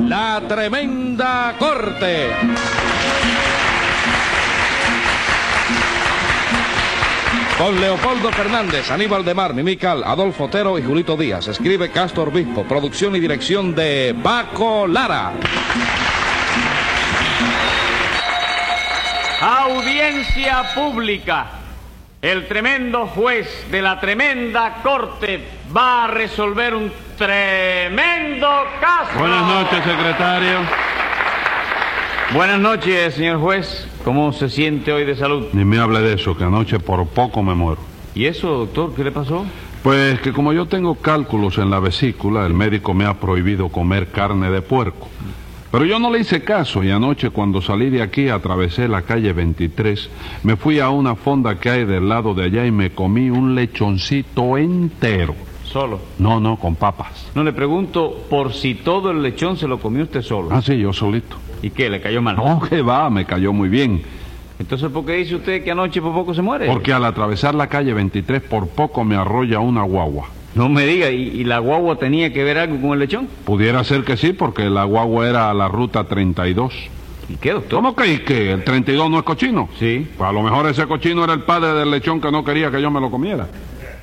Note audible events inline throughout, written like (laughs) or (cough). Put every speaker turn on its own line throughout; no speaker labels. La tremenda corte. Con Leopoldo Fernández, Aníbal de Mar, Mimical, Adolfo Otero y Julito Díaz. Escribe Castro Obispo. Producción y dirección de Paco Lara.
Audiencia pública. El tremendo juez de la tremenda corte va a resolver un tremendo caso.
Buenas noches, secretario.
Buenas noches, señor juez. ¿Cómo se siente hoy de salud?
Ni me hable de eso, que anoche por poco me muero.
¿Y eso, doctor? ¿Qué le pasó?
Pues que como yo tengo cálculos en la vesícula, el médico me ha prohibido comer carne de puerco. Pero yo no le hice caso y anoche cuando salí de aquí atravesé la calle 23, me fui a una fonda que hay del lado de allá y me comí un lechoncito entero.
Solo.
No, no, con papas.
No le pregunto por si todo el lechón se lo comió usted solo.
Ah, sí, yo solito.
¿Y qué? ¿Le cayó mal?
No, (laughs) que va, me cayó muy bien.
Entonces, ¿por qué dice usted que anoche por poco se muere?
Porque al atravesar la calle 23 por poco me arrolla una guagua.
No me diga, ¿y, y la guagua tenía que ver algo con el lechón?
Pudiera ser que sí, porque la guagua era la ruta 32.
¿Y qué, doctor?
¿Cómo que y qué? ¿El 32 no es cochino?
Sí.
Pues a lo mejor ese cochino era el padre del lechón que no quería que yo me lo comiera.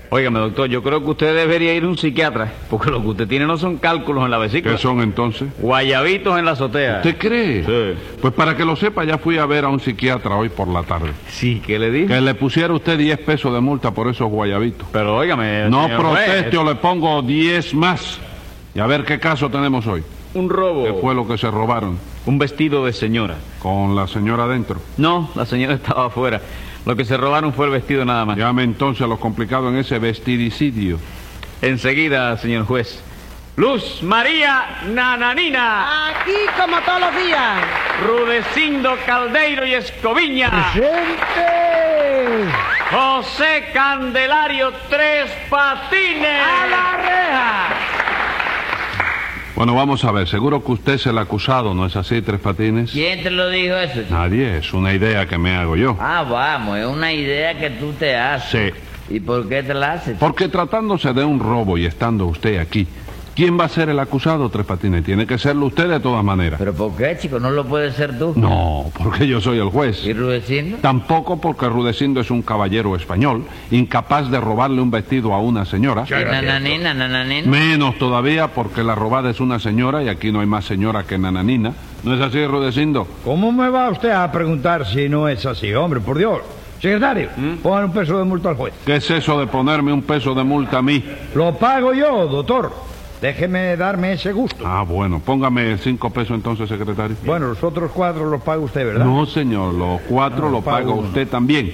Óigame, doctor, yo creo que usted debería ir a un psiquiatra, porque lo que usted tiene no son cálculos en la vesícula.
¿Qué son entonces?
Guayabitos en la azotea.
¿Usted cree?
Sí.
Pues para que lo sepa, ya fui a ver a un psiquiatra hoy por la tarde.
Sí, ¿qué le dije?
Que le pusiera usted 10 pesos de multa por esos guayabitos.
Pero óigame...
No
señor juez,
proteste o le pongo 10 más. Y a ver qué caso tenemos hoy.
Un
¿Qué
robo.
fue lo que se robaron?
Un vestido de señora.
Con la señora adentro.
No, la señora (laughs) estaba afuera. Lo que se robaron fue el vestido nada más.
Llame entonces a lo complicado en ese vestidicidio.
Enseguida, señor juez. Luz María Nananina,
Aquí como todos los días.
Rudecindo Caldeiro y Escoviña. José Candelario Tres Patines.
¡A la reja!
Bueno, vamos a ver, seguro que usted es el acusado, ¿no es así, Tres Patines?
¿Quién te lo dijo eso? chico?
Nadie, es una idea que me hago yo.
Ah, vamos, es una idea que tú te haces.
Sí.
¿Y por qué te la haces?
Porque tratándose de un robo y estando usted aquí, ¿quién va a ser el acusado, Tres Patines? Tiene que serlo usted de todas maneras.
¿Pero por qué, chico? ¿No lo puedes ser tú?
No, porque yo soy el juez.
¿Y Rudecindo?
Tampoco porque Rudecindo es un caballero español, incapaz de robarle un vestido a una señora.
¿Y Nananina, Nananina?
Menos todavía porque la robada es una señora y aquí no hay más señora que nananina. ¿No es así, Rudecindo?
¿Cómo me va usted a preguntar si no es así? Hombre, por Dios. Secretario, pongan un peso de multa al juez.
¿Qué es eso de ponerme un peso de multa a mí?
Lo pago yo, doctor. Déjeme darme ese gusto.
Ah, bueno, póngame cinco pesos entonces, secretario.
Bueno, los otros cuatro los paga usted, ¿verdad?
No, señor, los cuatro
No,
lo paga
pago uno.
usted también.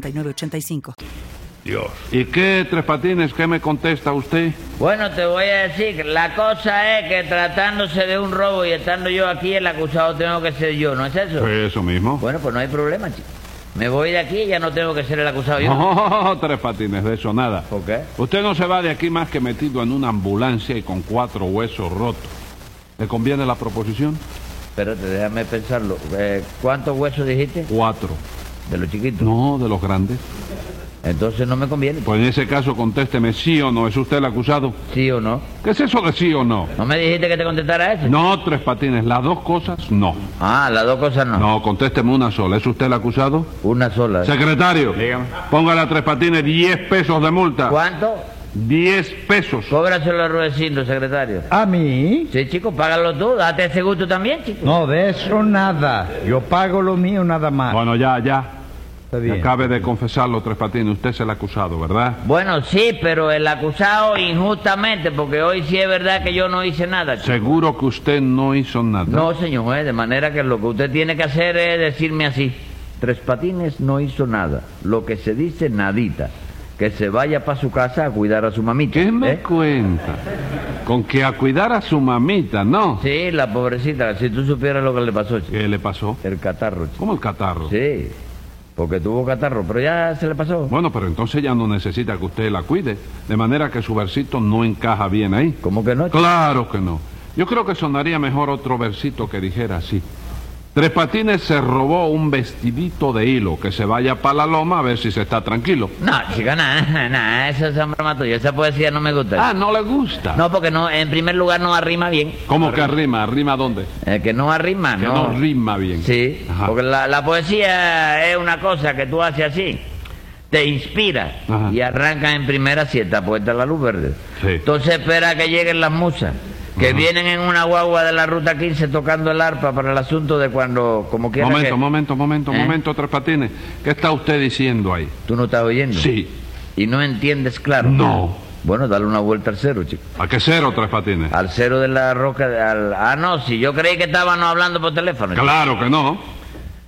906985.
Dios.
¿Y qué, Tres Patines, qué me contesta usted?
Bueno, te voy a decir, la cosa es que tratándose de un robo y estando yo aquí, el acusado tengo que ser yo, ¿no es eso?
Pues eso (laughs) mismo.
Bueno, pues no hay problema, chico. Me voy de aquí y ya no tengo que ser el acusado yo.
No, Oh, Tres Patines, de eso nada.
¿Por qué?
Usted no se va de aquí más que metido en una ambulancia y con cuatro huesos rotos. ¿Le conviene la proposición?
Espérate, déjame pensarlo. Eh, ¿Cuántos huesos dijiste?
Cuatro.
De los chiquitos.
No, de los grandes.
Entonces no me conviene.
Pues en ese caso contésteme sí o no, ¿es usted el acusado?
¿Sí o no?
¿Qué es eso de sí o no?
¿No me dijiste que te contestara eso?
No, Tres Patines, las dos cosas no.
Ah, las dos cosas no.
No, contésteme una sola, ¿es usted el acusado?
Una sola.
Secretario, póngale a Tres Patines 10 pesos de multa.
¿Cuánto?
10 pesos.
Cóbraselo a Rudecindo, secretario.
¿A mí?
Sí, chico, págalo tú. Date ese gusto también, chico.
No, de eso nada. Yo pago lo mío nada más.
Bueno, ya, ya.
Está
Me
bien.
Acabe de confesarlo, Tres Patines, usted es el acusado, ¿verdad?
Bueno, sí, pero el acusado injustamente, porque hoy sí es verdad que yo no hice nada, chico.
Seguro que usted no hizo nada.
No, señor juez, de manera que lo que usted tiene que hacer es decirme así. Tres Patines no hizo nada. Lo que se dice, nadita. Que se vaya para su casa a cuidar a su mamita.
¿Qué me
¿eh?
cuenta? Con que a cuidar a su mamita, ¿no?
Sí, la pobrecita, si tú supieras lo que le pasó, chico.
¿Qué le pasó?
El catarro, chico.
¿Cómo el catarro?
Sí, porque tuvo catarro, pero ya se le pasó.
Bueno, pero entonces ya no necesita que usted la cuide, de manera que su versito no encaja bien ahí.
¿Cómo que no? chico?
Claro que no. Yo creo que sonaría mejor otro versito que dijera así. Tres Patines se robó un vestidito de hilo, que se vaya para la loma a ver si se está tranquilo.
No, chica, nada, nada, eso es un broma tuya. Esa poesía no me gusta.
Ah, no le gusta.
No, porque no, en primer lugar no arrima bien.
¿Cómo que arrima? ¿Arrima dónde?
Eh, que no arrima,
Que no rima bien.
Sí,
Ajá.
porque la, la poesía es una cosa que tú haces así. Te inspira
Ajá.
y arranca en primera cierta puerta la luz verde.
Sí.
Entonces espera que lleguen las musas, que vienen en una guagua de la ruta 15 tocando el arpa para el asunto de cuando, como quiera
Momento,
que-
momento, momento,
¿Eh?
momento, Tres Patines. ¿Qué está usted diciendo ahí?
¿Tú no estás oyendo?
Sí.
¿Y no entiendes claro?
No.
Bueno, dale una vuelta al cero, chico.
¿A qué cero, Tres Patines?
Al cero de la roca... de- al- Ah, no, sí, yo creí que estábamos hablando por teléfono. chico.
Claro que no.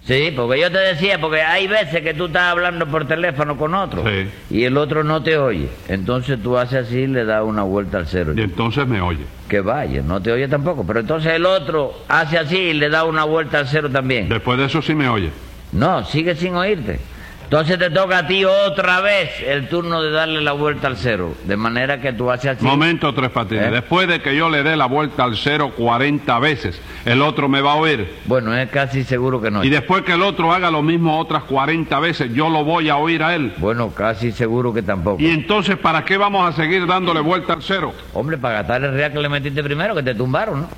Sí, porque yo te decía, porque hay veces que tú estás hablando por teléfono con otro
Sí.
y el otro no te oye. Entonces tú haces así y le das una vuelta al cero.
Y entonces me oye.
Que vaya, no te oye tampoco. Pero entonces el otro hace así y le da una vuelta al cero también.
Después de eso sí me oye.
No, sigue sin oírte. Entonces te toca a ti otra vez el turno de darle la vuelta al cero. De manera que tú haces así.
Momento, Tres Patines.
¿Eh?
Después de que yo le dé la vuelta al cero 40 veces, ¿el otro me va a oír?
Bueno, es casi seguro que no.
Y después que el otro haga lo mismo otras 40 veces, ¿yo lo voy a oír a él?
Bueno, casi seguro que tampoco.
¿Y entonces para qué vamos a seguir dándole vuelta al cero?
Hombre, para gastar el real que le metiste primero, que te tumbaron, ¿no?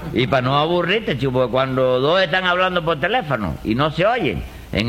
(laughs)
y para no aburrirte, chico, cuando dos están hablando por teléfono y no se oyen. En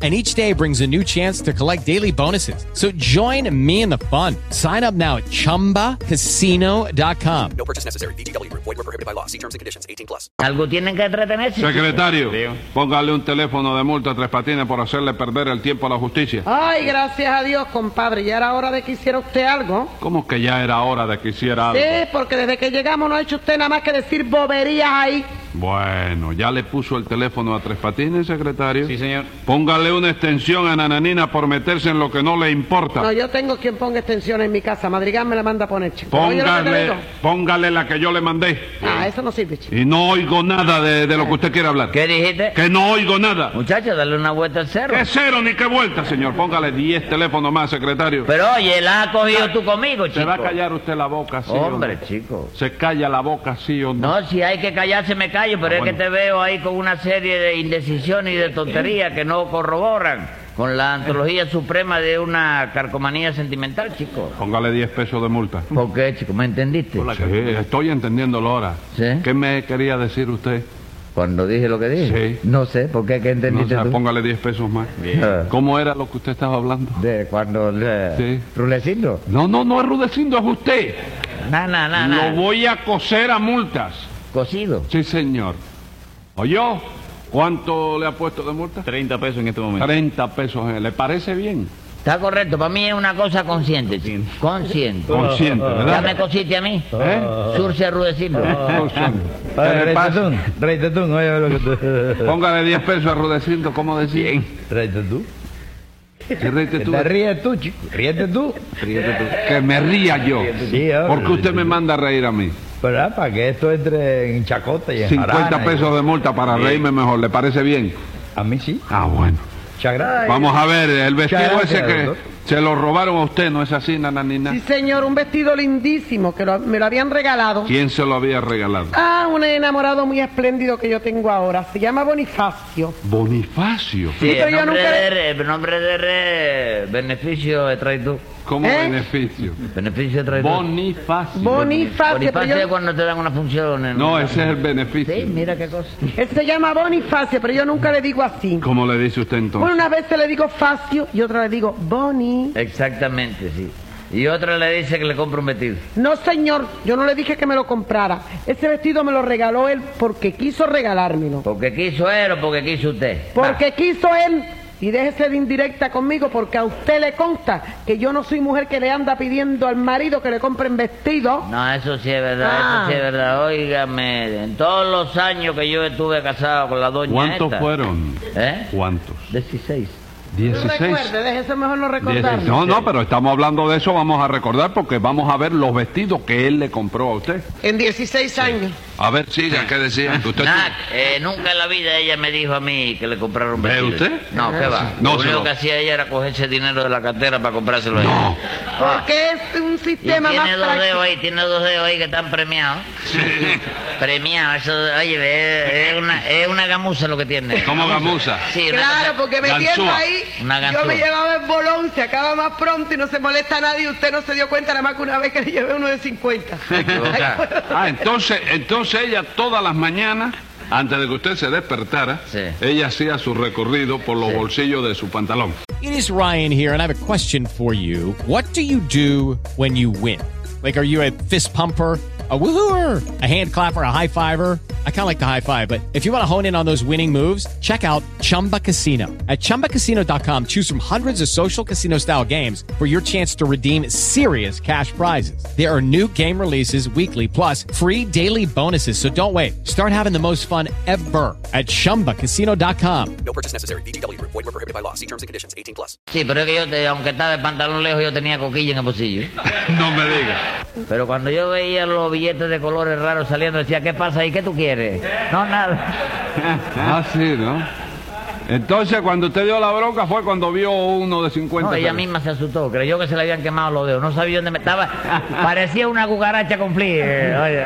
and each day brings a new chance to collect daily bonuses. So join me in the fun. Sign up now at ChumbaCasino.com.
No purchase necessary. VGW Group. Void were prohibited by law. See terms and conditions. 18 plus.
Algo tienen que entretenerse.
Secretario, póngale un teléfono de multa a Tres Patines por hacerle perder el tiempo a la justicia.
Ay, gracias a Dios, compadre. Ya era hora de que hiciera usted algo.
¿Cómo que ya era hora de que hiciera algo?
Sí, porque desde que llegamos no ha hecho usted nada más que decir boberías ahí.
Bueno, ¿ya le puso el teléfono a Tres Patines, secretario?
Sí, señor.
Póngale una extensión a Nananina por meterse en lo que no le importa.
No, yo tengo quien ponga extensión en mi casa. Madrigal me la manda a poner, chico. Oye, lo que te
Póngale,
digo.
póngale la que yo le mandé.
Ah, eso no sirve, chico.
Y no oigo nada de, de lo que usted quiere hablar.
¿Qué dijiste?
Que no oigo nada.
Muchacho, dale una vuelta al cerro.
¿Qué cero ni qué vuelta, señor? Póngale 10 teléfonos más, secretario.
Pero oye, la has cogido tú conmigo, chico.
¿Se va a callar usted la boca, sí o no?
Hombre, chico.
¿Se calla la boca, sí o no?
No, si hay que callarse me callo, pero
Ah,
es que
bueno.
te veo ahí con una serie de indecisiones y de tonterías que no corroboran con
Eh.
la antología suprema de una carcomanía sentimental, chico.
Póngale 10 pesos de multa.
¿Por qué, chico? ¿Me entendiste?
Sí, estoy entendiéndolo ahora.
¿Sí?
¿Qué me quería decir usted?
Cuando dije lo que dije.
Sí.
No sé, ¿por qué? ¿Qué
No, o
entendiste
sea,
tú?
póngale 10 pesos más.
Ah.
¿Cómo era lo que usted estaba hablando?
De cuando le...
Sí.
Rulecindo.
No, no, no es Rudecindo, es usted.
Na, na, na, na.
Lo voy a coser a multas.
Cocido.
Sí, señor. ¿Oyó? ¿Cuánto le ha puesto de multa?
30 pesos en este momento.
30 pesos. ¿eh? ¿Le parece bien?
Está correcto, para mí es una cosa consciente, chico.
Ah,
Consciente.
Consciente,
¿Ya me
¿verdad?
cosiste a mí? Ah.
¿Eh? Ah.
Surce a Rudecindo.
Ah,
Consciente. ¿Qué
Rey
le pasa?
Tetún, Rey Tetún, oye lo que te...
Póngale 10 pesos a Rudecindo, ¿cómo decía?
Rey Tetún.
Sí, ríete tú.
Te ríes tú, chico. Ríete tú.
Ríete tú. Que me ría yo.
Sí, ahora.
Porque usted me manda a reír a mí.
Pero ah, para que esto entre en chacota y en
50
jarana y-
pesos de multa para reírme mejor, ¿le parece bien?
A mí sí.
Ah, bueno.
Muchas gracias.
Vamos a ver, el vestido
Muchas
ese
gracias,
que
doctor.
se lo robaron a usted, ¿no es así, nananina?
Sí, señor, un vestido lindísimo que lo- me lo habían regalado.
¿Quién se lo había regalado?
Ah, un enamorado muy espléndido que yo tengo ahora. Se llama Bonifacio.
Bonifacio.
Sí,
Pero
el
yo
nombre,
nunca le-
de re- el nombre de re- beneficio de traidor.
Como
¿Eh?
beneficio.
Beneficio de traidor.
Bonifacio.
Bonifacio. pero
Bonifacio
yo-
es cuando te dan una función. en-
no, ese es el
Sí,
beneficio.
mira qué cosa.
Él se llama Bonifacio, pero yo nunca le digo así.
¿Cómo le dice usted
Bueno,
entonces?
una vez le digo Facio y otra le digo Boni.
Exactamente, sí. Y otra le dice que le compra un vestido.
No, señor, yo no le dije que me lo comprara. Ese vestido me lo regaló él porque quiso regalármelo.
Porque quiso él o porque quiso usted.
Porque quiso él. Y déjese de indirecta conmigo porque a usted le consta que yo no soy mujer que le anda pidiendo al marido que le compren vestido.
Ah, No, eso sí es verdad,
Ah.
eso sí es verdad. Óigame, en todos los años que yo estuve casado con la doña
¿Cuántos
esta-
fueron?
¿Eh?
¿Cuántos?
16.
No
16.
recuerde, déjese mejor no recordar.
No, no, pero estamos hablando de eso, vamos a recordar porque vamos a ver los vestidos que él le compró a usted.
En 16 años.
A ver, siga, ¿qué decía?
(laughs)
Usted-
Nah, eh, nunca en la vida ella me dijo a mí que le compraron
¿Ve
vestido.
usted?
No, ¿qué va?
No,
lo
se
único
lo-
que hacía ella era coger ese dinero de la cartera para comprárselo a ella.
Porque es un
Ah. Y
sistema más
tiene dos dedos
práctico.
ahí, tiene dos dedos ahí que están premiados. Premiados, eso, oye, ve, es, una, es una gamuza lo que tiene.
¿Cómo gamuza?
Sí, una
Claro,
cosa-
porque metiendo
ganzúa.
ahí,
Una
yo
ganzúa.
me llevaba el bolón, se acaba más pronto y no se molesta a nadie. Usted no se dio cuenta nada más que una vez que le llevé uno de 50. (laughs)
ah, entonces, entonces ella todas las mañanas, antes de que usted se despertara, ella hacía su recorrido por los bolsillos de su pantalón.
It is Ryan here, and I have a question for you. What do you do when you win? Like, are you a fist pumper? A woohooer, a hand clapper, a high fiver. I kind of like the high five, but if you want to hone in on those winning moves, check out Chumba Casino. At chumbacasino.com, choose from hundreds of social casino style games for your chance to redeem serious cash prizes. There are new game releases weekly, plus free daily bonuses. So don't wait. Start having the most fun ever at chumbacasino.com.
No purchase necessary. VGW Group. Void were prohibited by law. See terms and conditions. 18 plus.
Sí, pero es que yo, te- aunque estaba de pantalón lejos, yo tenía coquilla en el bolsillo.
(laughs) No me diga.
Pero cuando yo veía los billetes de colores raros saliendo, decía, ¿qué pasa ahí? ¿Qué tú quieres? No, nada.
Ah, sí, ¿no? Entonces, cuando usted dio la bronca fue cuando vio uno de 50.
No, ella
pesos.
misma se asustó, creyó que se le habían quemado los dedos, no sabía dónde me estaba, parecía una cucaracha con fli. eh, oye.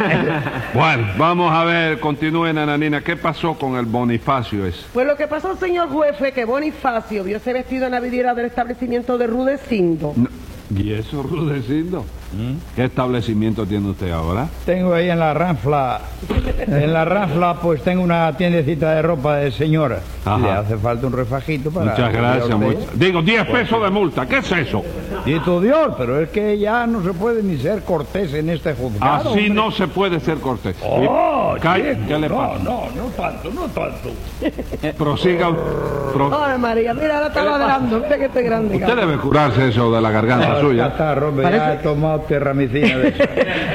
Bueno, vamos a ver, continúe, Nananina, ¿qué pasó con el Bonifacio ese?
Pues lo que pasó, señor juez, fue que Bonifacio vio ese vestido en la vidriera del establecimiento de Rudecindo.
¿Y eso, Rudecindo? ¿Qué establecimiento tiene usted ahora?
Tengo ahí en la ranfla, en la ranfla pues tengo una tiendecita de ropa de señora.
Ajá.
Le hace falta un refajito para...
muchas gracias.
para-
muchas- Digo, 10 pesos de multa, ¿qué es eso?
Dito Dios, pero es que ya no se puede ni ser cortés en este juzgado.
Así
hombre.
no se puede ser cortés.
Oh,
Y- Calle,
chico,
¿Qué le
no,
pasa?
no, no tanto, no tanto.
(laughs) Prosiga. pro-
Ay, María, mira, ahora está ladrando. Mira que este grande.
Usted debe curarse eso de la garganta
No,
suya.
ya está, Rombe, ya he tomado terramicina
(laughs)
de eso.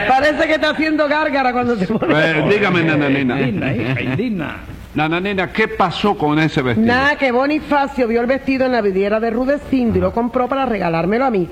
Parece que está haciendo gárgara cuando se pone.
Eh, dígame, Nananina.
Indina, hija,
Nananina, ¿qué pasó con ese vestido?
Nada, que Bonifacio vio el vestido en la vidriera de Rudecindo y lo compró para regalármelo a mí.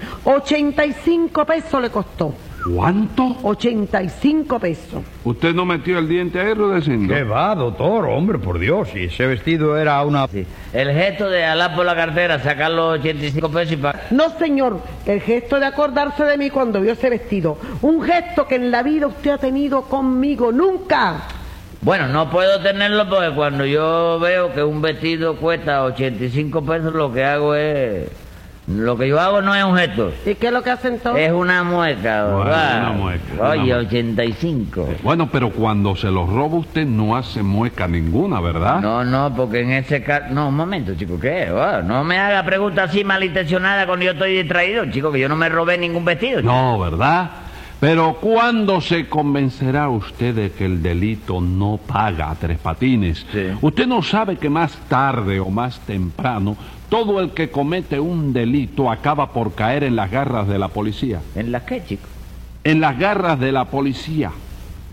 85 pesos le costó.
¿Cuánto?
85 pesos.
¿Usted no metió el diente ahí, Rudecindo?
¿Qué va, doctor? Hombre, por Dios, si ese vestido era una...
El gesto de alar por la cartera, sacar los 85 pesos y pagar.
No, señor, el gesto de acordarse de mí cuando vio ese vestido. Un gesto que en la vida usted ha tenido conmigo. Nunca.
Bueno, no puedo tenerlo porque cuando yo veo que un vestido cuesta 85 pesos, lo que hago es... Lo que yo hago no es un gesto,
¿Y qué es lo que hace entonces?
es una mueca,
Bueno,
¿verdad?
una mueca, una
Oye,
mueca.
85.
Bueno, pero cuando se los roba usted no hace mueca ninguna,
Ah.
¿verdad?
No, no, porque en ese caso... No, un momento, chico, ¿qué? Ah, no me haga preguntas así malintencionadas cuando yo estoy distraído, chico, que yo no me robé ningún vestido. chico.
No, ¿verdad? Pero ¿cuándo se convencerá usted de que el delito no paga a tres patines? Usted no sabe que más tarde o más temprano todo el que comete un delito acaba por caer en las garras de la policía.
¿En las qué, chico?
En las garras de la policía.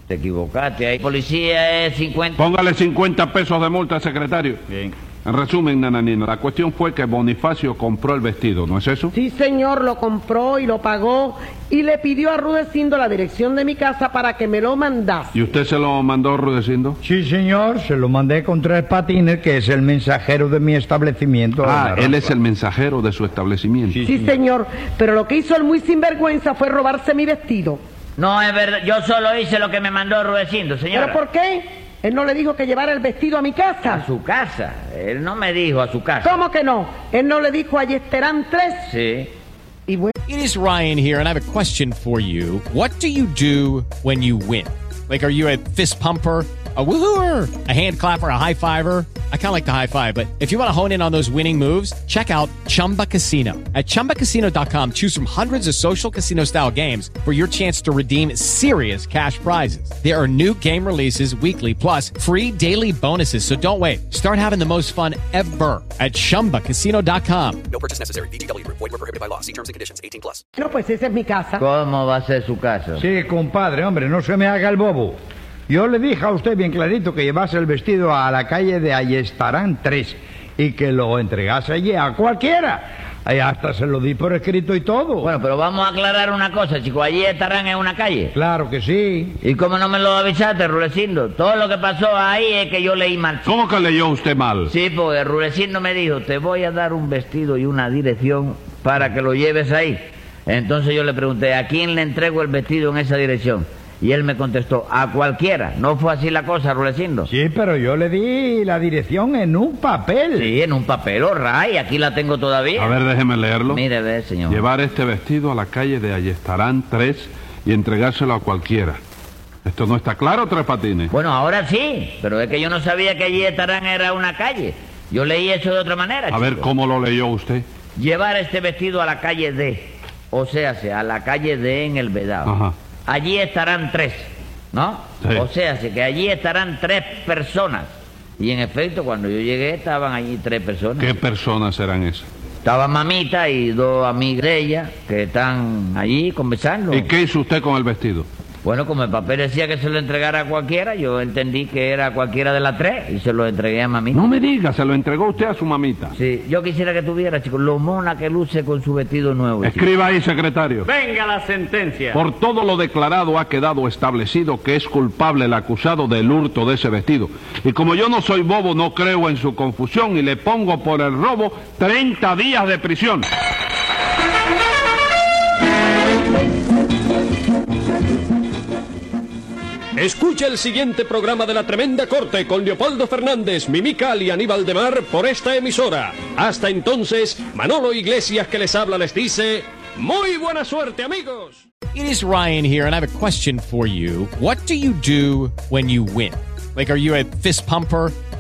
Te equivocaste ahí. Policía es 50...
Póngale 50 pesos de multa, secretario. Bien. En resumen, nananina, la cuestión fue que Bonifacio compró el vestido, ¿no es eso?
Sí, señor, lo compró y lo pagó y le pidió a Rudecindo la dirección de mi casa para que me lo mandase.
¿Y usted se lo mandó rudeciendo?
Sí, señor, se lo mandé con tres patines, que es el mensajero de mi establecimiento.
Ah, él es el mensajero de su establecimiento.
Sí, señor, pero lo que hizo el muy sinvergüenza fue robarse mi vestido.
No, es verdad, yo solo hice lo que me mandó Rudecindo, señora.
¿Pero por qué? Él no le dijo que llevara el vestido a mi casa.
A su casa. Él no me dijo a su casa.
¿Cómo que no? Él no le dijo a Yesterán tres.
Sí.
Y bueno.
It is Ryan here, and I have a question for you. What do you do when you win? Like, are you a fist pumper? A woohooer, a hand clapper, a high fiver. I kind of like the high five, but if you want to hone in on those winning moves, check out Chumba Casino. At chumbacasino.com, choose from hundreds of social casino style games for your chance to redeem serious cash prizes. There are new game releases weekly, plus free daily bonuses. So don't wait. Start having the most fun ever at chumbacasino.com.
No purchase necessary. VGW Group. Void were prohibited by law. See terms and conditions. 18 plus.
No, pues esa es mi casa.
¿Cómo va a ser su casa?
Sí, compadre, hombre, no se me haga el bobo. Yo le dije a usted bien clarito que llevase el vestido a la calle de Ayestarán 3. y que lo entregase allí a cualquiera. Ahí hasta se lo di por escrito y todo.
Bueno, pero vamos a aclarar una cosa, chico. Allí estarán en una calle.
Claro que sí.
¿Y cómo no me lo avisaste, Rudecindo? Todo lo que pasó ahí es que yo leí mal.
¿Cómo que leyó usted mal?
Sí, porque Rudecindo me dijo, te voy a dar un vestido y una dirección para que lo lleves ahí. Entonces yo le pregunté, ¿a quién le entrego el vestido en esa dirección? Y él me contestó, a cualquiera. No fue así la cosa, Rudecindo.
Sí, pero yo le di la dirección en un papel.
Sí, en un papel, oh, ray, aquí la tengo todavía.
A ver, déjeme leerlo.
Mire, ve, señor.
Llevar este vestido a la calle de Ayestarán 3 y entregárselo a cualquiera. Esto no está claro, Tres Patines.
Bueno, ahora sí, pero es que yo no sabía que allí estarán era una calle. Yo leí eso de otra manera.
A ver
chico.
cómo lo leyó usted.
Llevar este vestido a la calle D, o sea, a la calle D en el Vedado.
Ajá.
Allí estarán tres, ¿no?
Sí.
O sea, que allí estarán tres personas. Y en efecto, cuando yo llegué estaban allí tres personas.
¿Qué personas serán esas?
Estaba mamita y dos amigas de ella que están allí conversando.
¿Y qué hizo usted con el vestido?
Bueno, como el papel decía que se lo entregara a cualquiera, yo entendí que era a cualquiera de las tres y se lo entregué a mamita.
No me diga, se lo entregó usted a su mamita.
Sí, yo quisiera que tuviera, chicos, lo mona que luce con su vestido nuevo. chico.
Escriba ahí, secretario.
Venga la sentencia.
Por todo lo declarado ha quedado establecido que es culpable el acusado del hurto de ese vestido. Y como yo no soy bobo, no creo en su confusión y le pongo por el robo 30 días de prisión.
Escucha el siguiente programa de La Tremenda Corte con Leopoldo Fernández, Mimical y Aníbal de Mar por esta emisora. Hasta entonces, Manolo Iglesias que les habla les dice, muy buena suerte amigos.
It is Ryan here, and I have a question for you. What do you do when you win? Like, are you a fist pumper?